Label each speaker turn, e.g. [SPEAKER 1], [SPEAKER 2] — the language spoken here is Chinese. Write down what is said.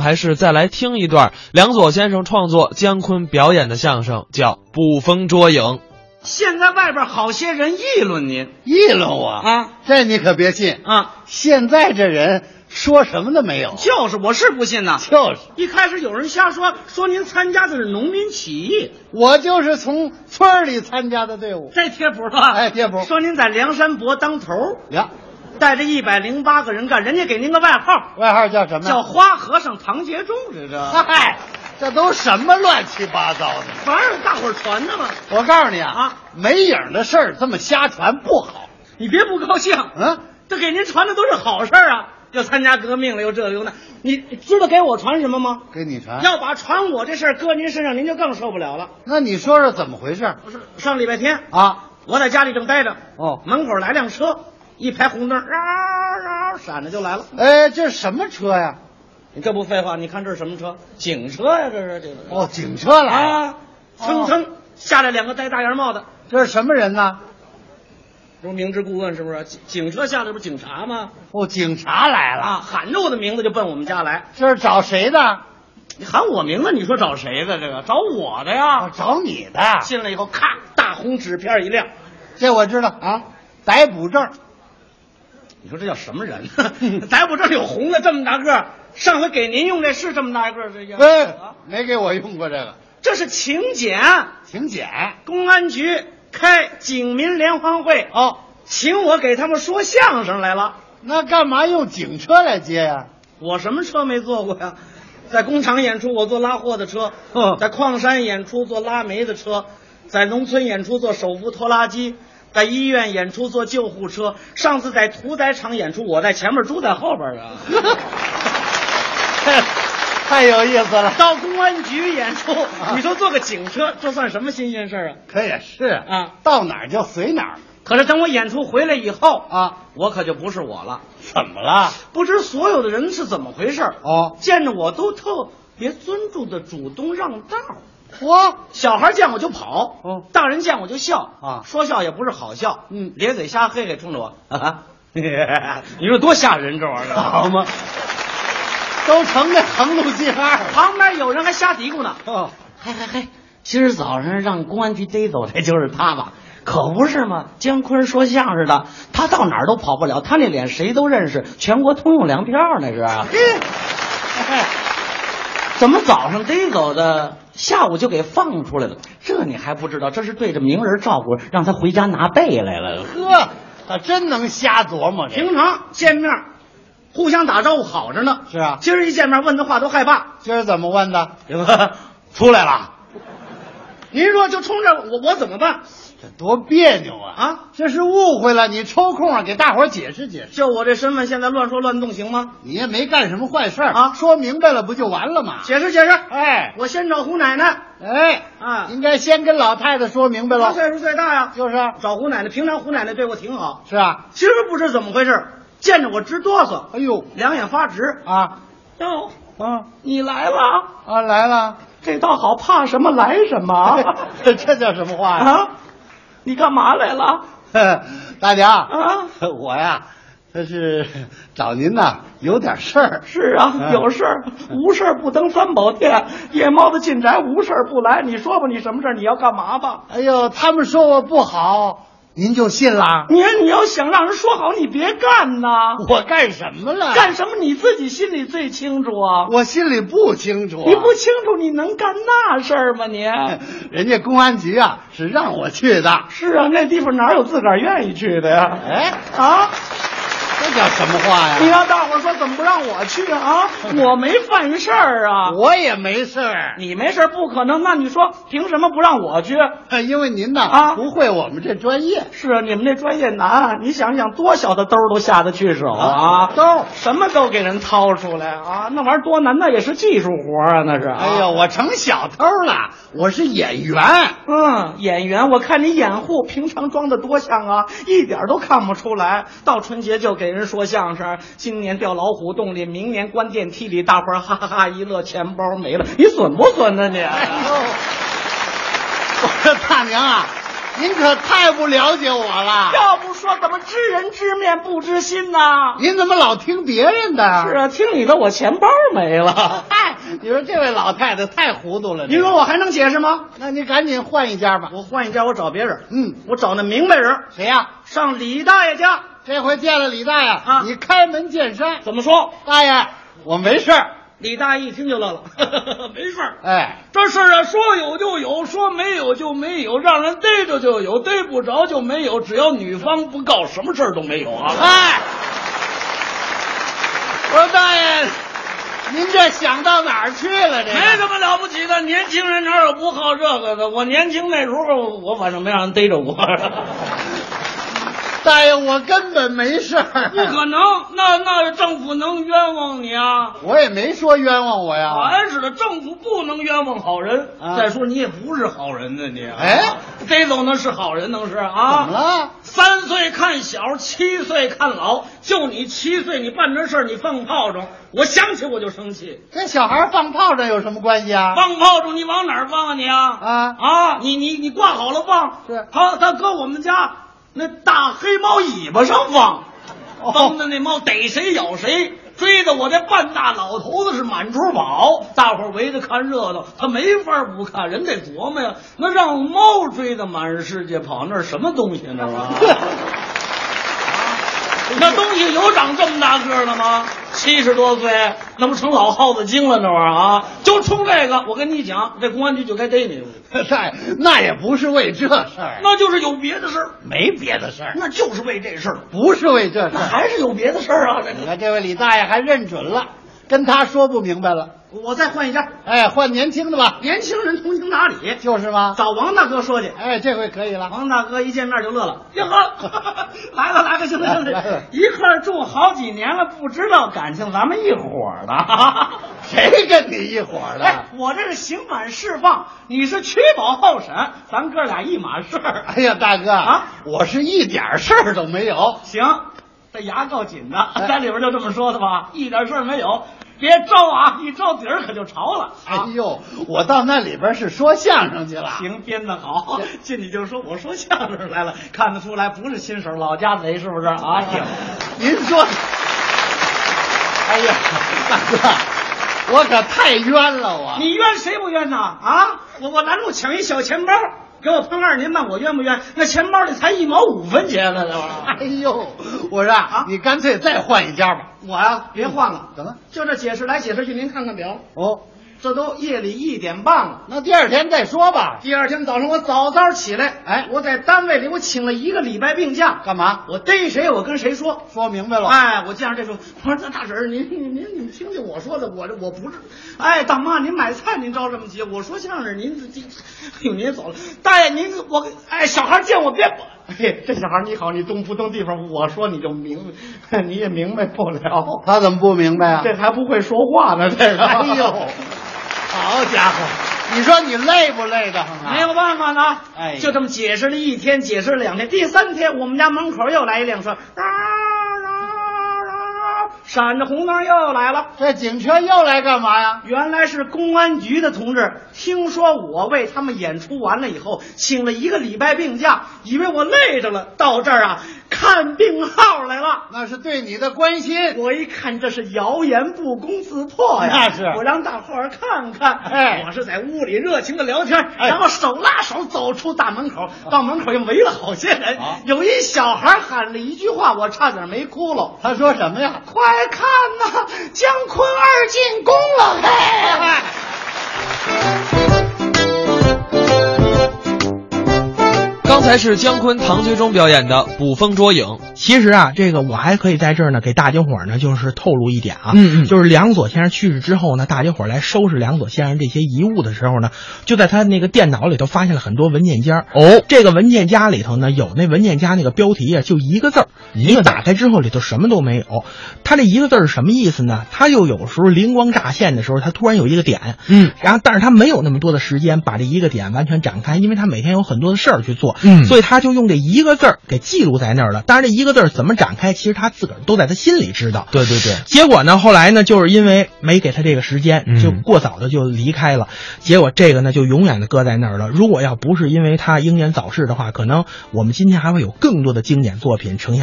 [SPEAKER 1] 还是再来听一段梁左先生创作、姜昆表演的相声，叫《捕风捉影》。
[SPEAKER 2] 现在外边好些人议论您
[SPEAKER 3] 议论我
[SPEAKER 2] 啊，
[SPEAKER 3] 这你可别信！
[SPEAKER 2] 啊，
[SPEAKER 3] 现在这人说什么都没有，
[SPEAKER 2] 就是我是不信呐。
[SPEAKER 3] 就是
[SPEAKER 2] 一开始有人瞎说，说您参加的是农民起义，
[SPEAKER 3] 我就是从村儿里参加的队伍
[SPEAKER 2] 这贴谱吧？
[SPEAKER 3] 哎贴谱
[SPEAKER 2] 说您在梁山伯当头，
[SPEAKER 3] 呀。
[SPEAKER 2] 带着一百零八个人干，人家给您个外号
[SPEAKER 3] 外号叫什么呀？
[SPEAKER 2] 叫花和尚唐杰忠，这这，
[SPEAKER 3] 嗨，这都什么乱七八糟的！
[SPEAKER 2] 反正大伙儿传的嘛。
[SPEAKER 3] 我告诉你啊，
[SPEAKER 2] 啊
[SPEAKER 3] 没影儿的事儿这么瞎传不好。
[SPEAKER 2] 你别不高兴，
[SPEAKER 3] 嗯，
[SPEAKER 2] 这给您传的都是好事儿啊，又参加革命了，又这了又那，你知道给我传什么吗？
[SPEAKER 3] 给你传。
[SPEAKER 2] 要把传我这事儿搁您身上，您就更受不了了。
[SPEAKER 3] 那你说说怎么回事
[SPEAKER 2] 不是上礼拜天
[SPEAKER 3] 啊？
[SPEAKER 2] 我在家里正待着，
[SPEAKER 3] 哦
[SPEAKER 2] 门口来辆车，一排红灯，嗷嗷闪着就来了。
[SPEAKER 3] 哎，这是什么车呀？
[SPEAKER 2] 你这不废话？你看这是什么车？警车呀、这是这是。
[SPEAKER 3] 哦，警车来了。
[SPEAKER 2] 啊，
[SPEAKER 3] 哦
[SPEAKER 2] 蹭蹭下来两个戴大檐帽的，
[SPEAKER 3] 这是什么人呢？
[SPEAKER 2] 这不明知故问是不是？警警车下来不是警察吗？
[SPEAKER 3] 哦，警察来了。
[SPEAKER 2] 啊，喊着我的名字就奔我们家来。
[SPEAKER 3] 这是找谁的？
[SPEAKER 2] 你喊我名字，你说找谁的？这个找我的
[SPEAKER 3] 啊，
[SPEAKER 2] 呀。
[SPEAKER 3] 找你的。
[SPEAKER 2] 进来以后，咔，大红纸片一亮。
[SPEAKER 3] 这我知道啊，逮捕证。
[SPEAKER 2] 你说这叫什么人？ 逮捕这里有红的这么大个儿，上回给您用这是这么大个儿，这个
[SPEAKER 3] 哎
[SPEAKER 2] 啊，
[SPEAKER 3] 没给我用过这个，
[SPEAKER 2] 这是啊请柬，
[SPEAKER 3] 请柬。
[SPEAKER 2] 公安局开警民联欢会，
[SPEAKER 3] 哦，
[SPEAKER 2] 请我给他们说相声来了。
[SPEAKER 3] 那干嘛用警车来接呀、
[SPEAKER 2] 我什么车没坐过呀？在工厂演出，我坐拉货的车；
[SPEAKER 3] 嗯
[SPEAKER 2] 在矿山演出，坐拉煤的车；在农村演出，坐手扶拖拉机；在医院演出，坐救护车。上次在屠宰场演出，我在前面，猪在后边啊。
[SPEAKER 3] 太有意思了，
[SPEAKER 2] 到公安局演出，
[SPEAKER 3] 啊
[SPEAKER 2] 你说坐个警车，这算什么新鲜事儿啊？
[SPEAKER 3] 可也是
[SPEAKER 2] 啊，
[SPEAKER 3] 到哪儿就随哪儿
[SPEAKER 2] 可是等我演出回来以后，
[SPEAKER 3] 啊。
[SPEAKER 2] 我可就不是我了。
[SPEAKER 3] 怎么了？
[SPEAKER 2] 不知所有的人是怎么回事儿
[SPEAKER 3] 哦
[SPEAKER 2] 见着我都特别尊重的主动让道儿。
[SPEAKER 3] 我
[SPEAKER 2] 小孩见我就跑，
[SPEAKER 3] 哦
[SPEAKER 2] 大人见我就笑
[SPEAKER 3] 啊
[SPEAKER 2] 说笑也不是好笑，
[SPEAKER 3] 嗯
[SPEAKER 2] 咧嘴瞎嘿嘿冲着 我，啊，你说多吓人这玩意儿，
[SPEAKER 3] 好嘛，啊都成那横路进二了。
[SPEAKER 2] 旁边有人还瞎嘀咕呢，
[SPEAKER 3] 哦，
[SPEAKER 2] 嘿嘿嘿，今儿早上让公安局逮走的就是他吧？可不是嘛，姜昆说相声的，他到哪儿都跑不了，他那脸谁都认识，全国通用粮票那是啊。 怎么早上逮走的，下午就给放出来了？这你还不知道？这是对着名人照顾，让他回家拿被来了。
[SPEAKER 3] 呵，可真能瞎琢磨这。
[SPEAKER 2] 平常见面，互相打招呼好着呢。
[SPEAKER 3] 是啊
[SPEAKER 2] 今儿一见面问的话都害怕。
[SPEAKER 3] 今儿怎么问的？
[SPEAKER 2] 出来了，您说就冲着我，我怎么办？
[SPEAKER 3] 这多别扭啊！
[SPEAKER 2] 啊，
[SPEAKER 3] 这是误会了，你抽空啊给大伙儿解释解释。
[SPEAKER 2] 就我这身份，现在乱说乱动行吗？
[SPEAKER 3] 你也没干什么坏事儿
[SPEAKER 2] 啊
[SPEAKER 3] 说明白了不就完了吗？
[SPEAKER 2] 解释解释，
[SPEAKER 3] 哎
[SPEAKER 2] 我先找胡奶奶，
[SPEAKER 3] 哎
[SPEAKER 2] 啊
[SPEAKER 3] 应该先跟老太太说明白
[SPEAKER 2] 她
[SPEAKER 3] 了，
[SPEAKER 2] 岁数最大呀。
[SPEAKER 3] 就是啊
[SPEAKER 2] 找胡奶奶，平常胡奶奶对我挺好，
[SPEAKER 3] 是啊，
[SPEAKER 2] 今儿不知怎么回事，见着我直哆嗦，
[SPEAKER 3] 哎呦
[SPEAKER 2] 两眼发直。嗯
[SPEAKER 3] 啊
[SPEAKER 2] 哟，
[SPEAKER 3] 啊
[SPEAKER 2] 你来了，
[SPEAKER 3] 啊来了，
[SPEAKER 2] 这倒好，怕什么来什么
[SPEAKER 3] 这这叫什么话呀、
[SPEAKER 2] 啊？你干嘛来了？
[SPEAKER 3] 大娘
[SPEAKER 2] 啊，
[SPEAKER 3] 我呀，这是找您呐，有点事儿。
[SPEAKER 2] 是啊，
[SPEAKER 3] 嗯
[SPEAKER 2] 有事儿无事儿不登三宝殿，夜猫子进宅无事儿不来。你说吧，你什么事儿？你要干嘛吧？
[SPEAKER 3] 哎呦，他们说我不好，您就信啦？
[SPEAKER 2] 你你要想让人说好，你别干呐！
[SPEAKER 3] 我干什么了？
[SPEAKER 2] 干什么你自己心里最清楚啊！
[SPEAKER 3] 我心里不清楚啊。
[SPEAKER 2] 你不清楚，你能干那事儿吗？你
[SPEAKER 3] 人家公安局啊是让我去的。
[SPEAKER 2] 是啊，那地方哪有自个儿愿意去的呀？
[SPEAKER 3] 哎，
[SPEAKER 2] 啊！
[SPEAKER 3] 这叫什么话
[SPEAKER 2] 你
[SPEAKER 3] 呀？
[SPEAKER 2] 让大伙儿说怎么不让我去 啊？我没犯事儿啊！
[SPEAKER 3] 我也没事儿，
[SPEAKER 2] 你没事儿不可能，那你说凭什么不让我去？
[SPEAKER 3] 因为您呐、
[SPEAKER 2] 啊
[SPEAKER 3] 不会我们这专业。
[SPEAKER 2] 是啊，你们这专业难，你想想多小的兜儿都下得去手啊
[SPEAKER 3] 啊，兜
[SPEAKER 2] 什么都给人掏出来啊，那玩意儿多难，那也是技术活儿啊，那是。
[SPEAKER 3] 哎呦，，我成小偷了，我是演员。
[SPEAKER 2] 嗯，演员，我看你掩护，平常装的多像啊，一点儿都看不出来。到春节就给人说相声，今年掉老虎洞里，明年关电梯里，大伙儿哈哈哈一乐，钱包 没了，你损不损呢你？
[SPEAKER 3] 哎呦，我说大娘啊，您可太不了解我了。
[SPEAKER 2] 要不说怎么知人知面不知心呢？
[SPEAKER 3] 您怎么老听别人的？
[SPEAKER 2] 是啊，听你的，我钱包没 了。
[SPEAKER 3] 嗨，你说这位老太太太糊涂了。
[SPEAKER 2] 您说
[SPEAKER 3] 我，
[SPEAKER 2] 我还能解释吗？
[SPEAKER 3] 那你赶紧换一家吧。
[SPEAKER 2] 我换一家，我找别人。
[SPEAKER 3] 嗯，
[SPEAKER 2] 我找那明白人，
[SPEAKER 3] 谁呀、
[SPEAKER 2] 上李大爷家。
[SPEAKER 3] 这回见了李大爷，
[SPEAKER 2] 啊
[SPEAKER 3] 你开门见山。
[SPEAKER 2] 怎么说？
[SPEAKER 3] 大爷，我没事儿。
[SPEAKER 2] 李大爷一听就乐了， 没事儿。
[SPEAKER 3] 哎，
[SPEAKER 2] 这事儿啊，说有就有，说没有就没有，让人逮着就有，逮不着就没有。只要女方不告，什么事儿都没有啊！
[SPEAKER 3] 哎，我说大爷，您这想到哪儿去了？这
[SPEAKER 2] 没
[SPEAKER 3] 个
[SPEAKER 2] 什么了不起的，年轻人哪有不好这个的？我年轻那时候，我 反正没让人逮着过。
[SPEAKER 3] 大爷，我根本没事儿
[SPEAKER 2] 不，可能，那那政府能冤枉你啊？
[SPEAKER 3] 我也没说冤枉我呀。
[SPEAKER 2] 好安似的，政府不能冤枉好人。
[SPEAKER 3] 啊
[SPEAKER 2] 再说你也不是好人呢，你
[SPEAKER 3] 哎，
[SPEAKER 2] 逮走那是好人，能是
[SPEAKER 3] 怎
[SPEAKER 2] 啊？
[SPEAKER 3] 么了？
[SPEAKER 2] 三岁看小，七岁看老。就你七岁，你办这事儿，你放炮仗，我想起我就生气。
[SPEAKER 3] 跟小孩放炮仗有什么关系啊？
[SPEAKER 2] 放炮仗，你往哪儿放啊你啊？
[SPEAKER 3] 啊
[SPEAKER 2] 啊！你你你挂好了放。
[SPEAKER 3] 是
[SPEAKER 2] 他他搁我们家那大黑猫尾巴上放，
[SPEAKER 3] 哦
[SPEAKER 2] 放的那猫逮谁咬谁，追的我这半大老头子是满处跑。大伙儿围着看热闹，他没法不看，人得琢磨呀。那让猫追的满世界跑，那是什么东西那玩意儿？ 那东西有长这么大个儿的吗？七十多岁，那不成老耗子精了那玩意儿啊！就冲这个，我跟你讲，这公安局就该逮你，
[SPEAKER 3] 大爷，那也不是为这事儿，啊
[SPEAKER 2] 那就是有别的事儿，
[SPEAKER 3] 没别的事儿，
[SPEAKER 2] 那就是为这事儿，
[SPEAKER 3] 不是为这事
[SPEAKER 2] 那
[SPEAKER 3] 儿。
[SPEAKER 2] 还是有别的事儿啊！这
[SPEAKER 3] 你
[SPEAKER 2] 个，
[SPEAKER 3] 看这位李大爷还认准了，跟他说不明白了。
[SPEAKER 2] 我再换一家，
[SPEAKER 3] 哎，换年轻的吧，
[SPEAKER 2] 年轻人通情达理，
[SPEAKER 3] 就是吗？
[SPEAKER 2] 找王大哥说去。啊
[SPEAKER 3] 哎，这回可以了。
[SPEAKER 2] 王大哥一见面就乐了，哟呵，来了来了，兄弟兄弟
[SPEAKER 3] 来了，
[SPEAKER 2] 一块儿住好几年了，不知道感情，咱们一伙儿 的。
[SPEAKER 3] 谁跟你一伙儿
[SPEAKER 2] 哎
[SPEAKER 3] 的？，
[SPEAKER 2] 我这是刑满释放，你是取保候审，咱哥俩一码事儿。
[SPEAKER 3] 哎呀，大哥
[SPEAKER 2] 啊，
[SPEAKER 3] 我是一点事儿都没有。
[SPEAKER 2] 行，这牙够紧的，
[SPEAKER 3] 哎
[SPEAKER 2] 在里边就这么说的吧，一点事儿没有。别招啊，一招底儿可就潮了。
[SPEAKER 3] 哎
[SPEAKER 2] 啊，
[SPEAKER 3] 呦，我到那里边是说相声去了。
[SPEAKER 2] 行，编得好，进去就说我说相声来了，看得出来不是新手，老家贼是不是
[SPEAKER 3] 哎
[SPEAKER 2] 啊？行，
[SPEAKER 3] 您说，哎呀，大哥，我可太冤了我。
[SPEAKER 2] 你冤谁不冤呐？啊，我我拦路抢一小钱包，给我碰二年半，我冤不冤？那钱包里才一毛五分钱呢，那玩意儿。
[SPEAKER 3] 哎呦，我说啊
[SPEAKER 2] 啊，
[SPEAKER 3] 你干脆再换一家吧。
[SPEAKER 2] 我呀、别换了，
[SPEAKER 3] 怎么？
[SPEAKER 2] 就这解释来解释去，您看看表，
[SPEAKER 3] 哦，
[SPEAKER 2] 这都夜里一点半了。
[SPEAKER 3] 那第二天再说吧。
[SPEAKER 2] 第二天早上我早早起来，
[SPEAKER 3] 哎
[SPEAKER 2] 我在单位里我请了一个礼拜病假，
[SPEAKER 3] 干嘛？
[SPEAKER 2] 我逮谁我跟谁说。
[SPEAKER 3] 说明白了。
[SPEAKER 2] 哎，我见着这说，我说大婶儿，您您您您听听我说的，我这我不是，哎，大妈您买菜您着这么急，我说相声您这，这哎呦您也走了，大爷您我哎小孩见我别，嘿、哎这小孩你好，你动不动地方我说你就明，你也明白不了，
[SPEAKER 3] 他怎么不明白啊？
[SPEAKER 2] 这还不会说话呢，这个，
[SPEAKER 3] 哎呦，好家伙！你说你累不累的很啊？
[SPEAKER 2] 没有办法呢，
[SPEAKER 3] 哎
[SPEAKER 2] 就这么解释了一天，解释了两天，第三天我们家门口又来一辆车，啊啊啊！闪着红灯又来了。
[SPEAKER 3] 这警车又来干嘛呀？
[SPEAKER 2] 原来是公安局的同志，听说我为他们演出完了以后，请了一个礼拜病假，以为我累着了，到这儿啊看病号来了。
[SPEAKER 3] 那是对你的关心。
[SPEAKER 2] 我一看这是谣言不攻自破呀！
[SPEAKER 3] 那是
[SPEAKER 2] 我让大伙儿看看。
[SPEAKER 3] 哎
[SPEAKER 2] 我是在屋里热情的聊天，
[SPEAKER 3] 哎
[SPEAKER 2] 然后手拉手走出大门口，到门口又围了好些人
[SPEAKER 3] 啊。
[SPEAKER 2] 有一小孩喊了一句话，我差点没哭了。
[SPEAKER 3] 他说什么呀？
[SPEAKER 2] 快看呐，姜昆二进宫了！嘿。
[SPEAKER 1] 刚才是姜昆、唐杰忠表演的《捕风捉影》。
[SPEAKER 4] 其实啊，这个我还可以在这儿呢，给大家伙儿呢，就是透露一点啊，
[SPEAKER 1] 嗯嗯
[SPEAKER 4] 就是梁左先生去世之后呢，大家伙儿来收拾梁左先生这些遗物的时候呢，就在他那个电脑里头发现了很多文件夹。
[SPEAKER 1] 哦，
[SPEAKER 4] 这个文件夹里头呢，有那文件夹那个标题啊，就一个字儿，
[SPEAKER 1] 一
[SPEAKER 4] 你
[SPEAKER 1] 个字儿
[SPEAKER 4] 打开之后里头什么都没有。他这一个字儿是什么意思呢？他又有时候灵光乍现的时候，他突然有一个点，
[SPEAKER 1] 嗯
[SPEAKER 4] 然后但是他没有那么多的时间把这一个点完全展开，因为他每天有很多的事儿去做。嗯
[SPEAKER 1] 以
[SPEAKER 4] 所以他就用这一个字儿给记录在那儿了。当然，这一个字儿怎么展开，其实他自个儿都在他心里知道。
[SPEAKER 1] 对对对，
[SPEAKER 4] 结果呢，后来呢，就是因为没给他这个时间，
[SPEAKER 1] 嗯
[SPEAKER 4] 就过早的就离开了。结果这个呢，就永远的搁在那儿了。如果要不是因为他英年早逝的话，可能我们今天还会有更多的经典作品呈现。